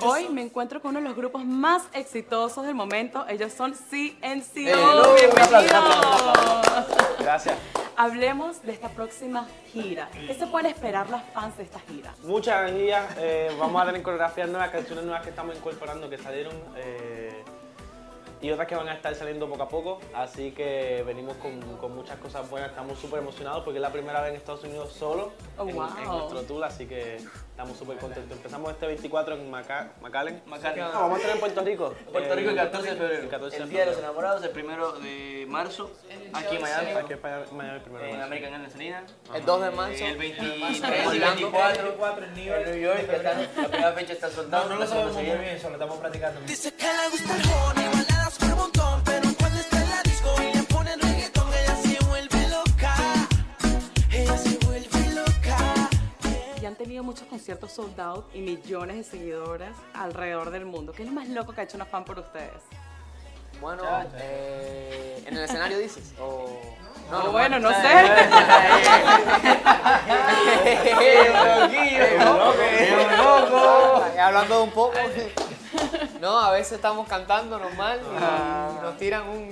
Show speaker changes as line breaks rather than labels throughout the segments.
Hoy me encuentro con uno de los grupos más exitosos del momento. Ellos son CNCO.
Hello, Eh, un aplauso, un aplauso, un
Bienvenidos.
Gracias.
Hablemos de esta próxima gira. ¿Qué se pueden esperar las fans de esta gira?
Muchas energía. eh, vamos a tener coreografías nuevas, canciones nuevas que estamos incorporando, que salieron. eh, y otras que van a estar saliendo poco a poco. Así que venimos con, con muchas cosas buenas. Estamos súper emocionados porque es la primera vez en Estados Unidos solo
Oh,
en,
wow.
en nuestro tour. Así que estamos súper contentos. Empezamos este 24 en Maca, McAllen.
McAllen.
No, vamos a estar en Puerto Rico. Eh,
Puerto Rico el 14 de
El
febrero.
14 de
El Día de los
febrero.
Enamorados, el primero de marzo, aquí en Miami,
Aquí en Miami- Miami primero.
en
marzo.
American Airlines Arena.
El 2 de marzo.
El 23
en
y
Orlando.
24 en New York, que están, la primera fecha está soltada. No, no lo sabemos muy bien.
Dice que le gusta el honey, baladas por montón Pero cuando está en la disco y le ponen reggaetón Ella se vuelve loca, ella se vuelve loca
Y han tenido muchos conciertos sold out y millones de seguidoras alrededor del mundo. ¿Qué es lo más loco que ha hecho una fan por ustedes?
Bueno, eh, en el escenario dices. O...
No, bueno, no sé.
Hablando de un poco. No, a veces estamos cantando normal y
Ah.
nos tiran un,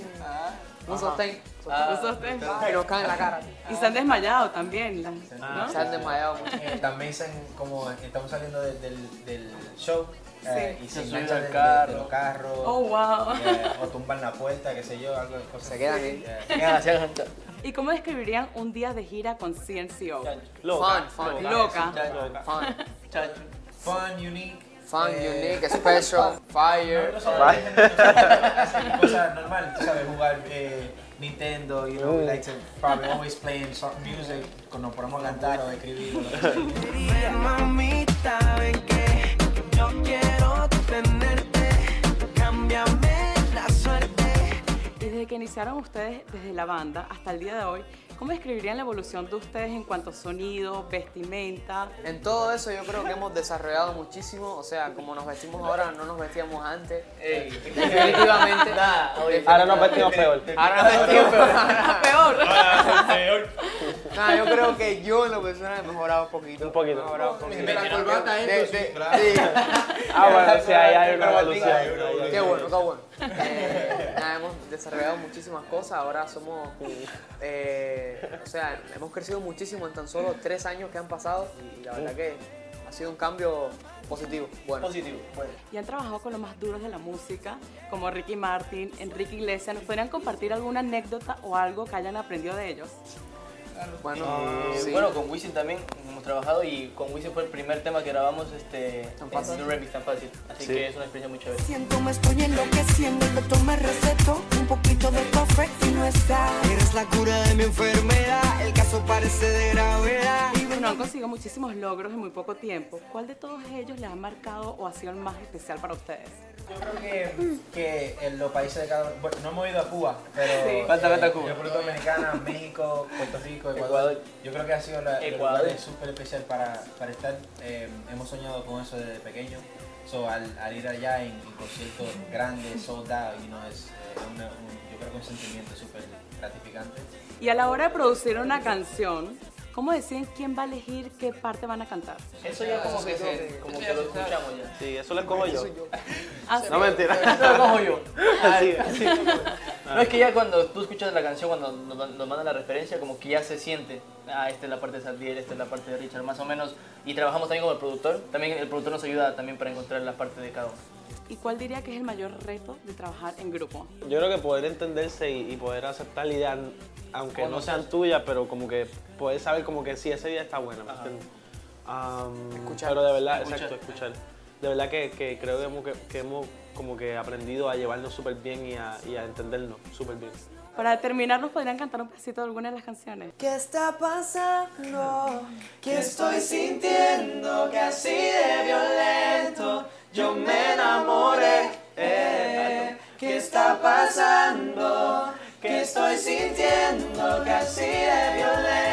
un sostén.
Eso es-
Y nos caen en la cara.
Y se han desmayado también. las- ¿no?
Ah.
Se han desmayado mucho.
Eh, también se, en- como estamos saliendo de- del, del show eh, y se
Se suben
enganchan
al
de, de-
carro.
de los carros
Oh, wow.
eh, o tumban la puerta, qué sé yo, algo de cosas.
Se quedan
así,
ahí.
eh.
¿Y cómo describirían un día de gira con CNCO?
Loca,
Fun, fun.
Loca.
Loca.
Fun,
Chacho.
Fun, unique.
fun,
eh,
unique, special, fire.
nosotros solamente hacemos Cosas normales, tú sabes, jugar eh, Nintendo, you
Mm.
know, we like to probably always playing some music, cuando nos podemos cantar o escribir. o lo que sea.
Ven mamita, ven que yo quiero tenerte Cámbiame la suerte
Y desde que iniciaron ustedes desde la banda hasta el día de hoy, ¿cómo describirían la evolución de ustedes en cuanto a sonido, vestimenta?
En todo eso yo creo que hemos desarrollado muchísimo, o sea, como nos vestimos ahora, no nos vestíamos antes.
Eh,
Definitivamente.
Ahora pues, nos vestimos peor.
Ahora nos vestimos peor.
Peor.
Nada, yo creo que yo en lo personal he mejorado un poquito.
Un poquito.
He mejorado un poquito.
De la corbata,
De-
esto,
de-
sí, claro.
sí.
Ah, bueno, sí, ahí hay una
Ahí hay una
evolución.
evolución.
Qué bueno, qué bueno. Eh, nada, hemos desarrollado muchísimas cosas, ahora somos, eh, o sea, hemos crecido muchísimo en tan solo tres años que han pasado y la verdad que ha sido un cambio positivo. Bueno,
Positivo.
Y han trabajado con los más duros de la música, como Ricky Martin, Enrique Iglesias. ¿Nos podrían compartir alguna anécdota o algo que hayan aprendido de ellos?
bueno,
Ah,
Eh,
Ah, sí.
Bueno, con Wisin también hemos trabajado y con Wisin fue el primer tema que grabamos este,
Tan fácil.
en Remix tan fácil. Así que es una experiencia muy chévere.
Siento, me estoy enloqueciendo, el doctor me recetó un poquito de café y no está. Eres la cura de mi enfermedad, el caso parece de gravedad.
Y bueno, han conseguido muchísimos logros en muy poco tiempo. ¿Cuál de todos ellos les ha marcado o ha sido el más especial para ustedes?
Yo creo que, que en los países de cada uno, bueno, no hemos ido a Cuba, pero eh,
Sí.
Falta, falta Cuba.
República Dominicana, México, Puerto Rico, Ecuador.
Ecuador.
Yo creo que ha sido la, el
Ecuador.
lugar súper especial para, para estar. Eh, hemos soñado con eso desde pequeño. So, al, al ir allá en, en conciertos grandes, sold out, you know, es eh, una- un- yo creo que un sentimiento súper gratificante.
Y a la hora de producir una canción, ¿cómo deciden quién va a elegir qué parte van a cantar?
Eso ya como que, se, como que lo escuchamos ya.
Sí, eso lo escojo yo.
Ah,
No mentira.
Eso lo cojo yo.
Así, así.
No, es que ya cuando tú escuchas la canción, cuando nos, nos mandan la referencia, como que ya se siente, ah, esta es la parte de Sadiel, esta es la parte de Richard, más o menos. Y trabajamos también con el productor, también el productor nos ayuda también para encontrar la parte de cada uno.
¿Y cuál diría que es el mayor reto de trabajar en grupo?
Yo creo que poder entenderse y, y poder aceptar la idea, aunque no sean tuyas, pero como que poder saber como que sí, esa idea está buena, ¿me entiendes? Am,
Escuchar.
Pero de verdad,
Escuchar.
exacto, escuchar. De verdad que, que creo que hemos, que, que hemos como que aprendido a llevarnos súper bien y a, y a entendernos súper bien.
Para terminar, ¿nos podrían cantar un pedacito de alguna de las canciones?
¿Qué está pasando? ¿Qué estoy sintiendo? Que así de violento yo me enamoré. eh. ¿Qué está pasando? ¿Qué estoy sintiendo? Que así de violento.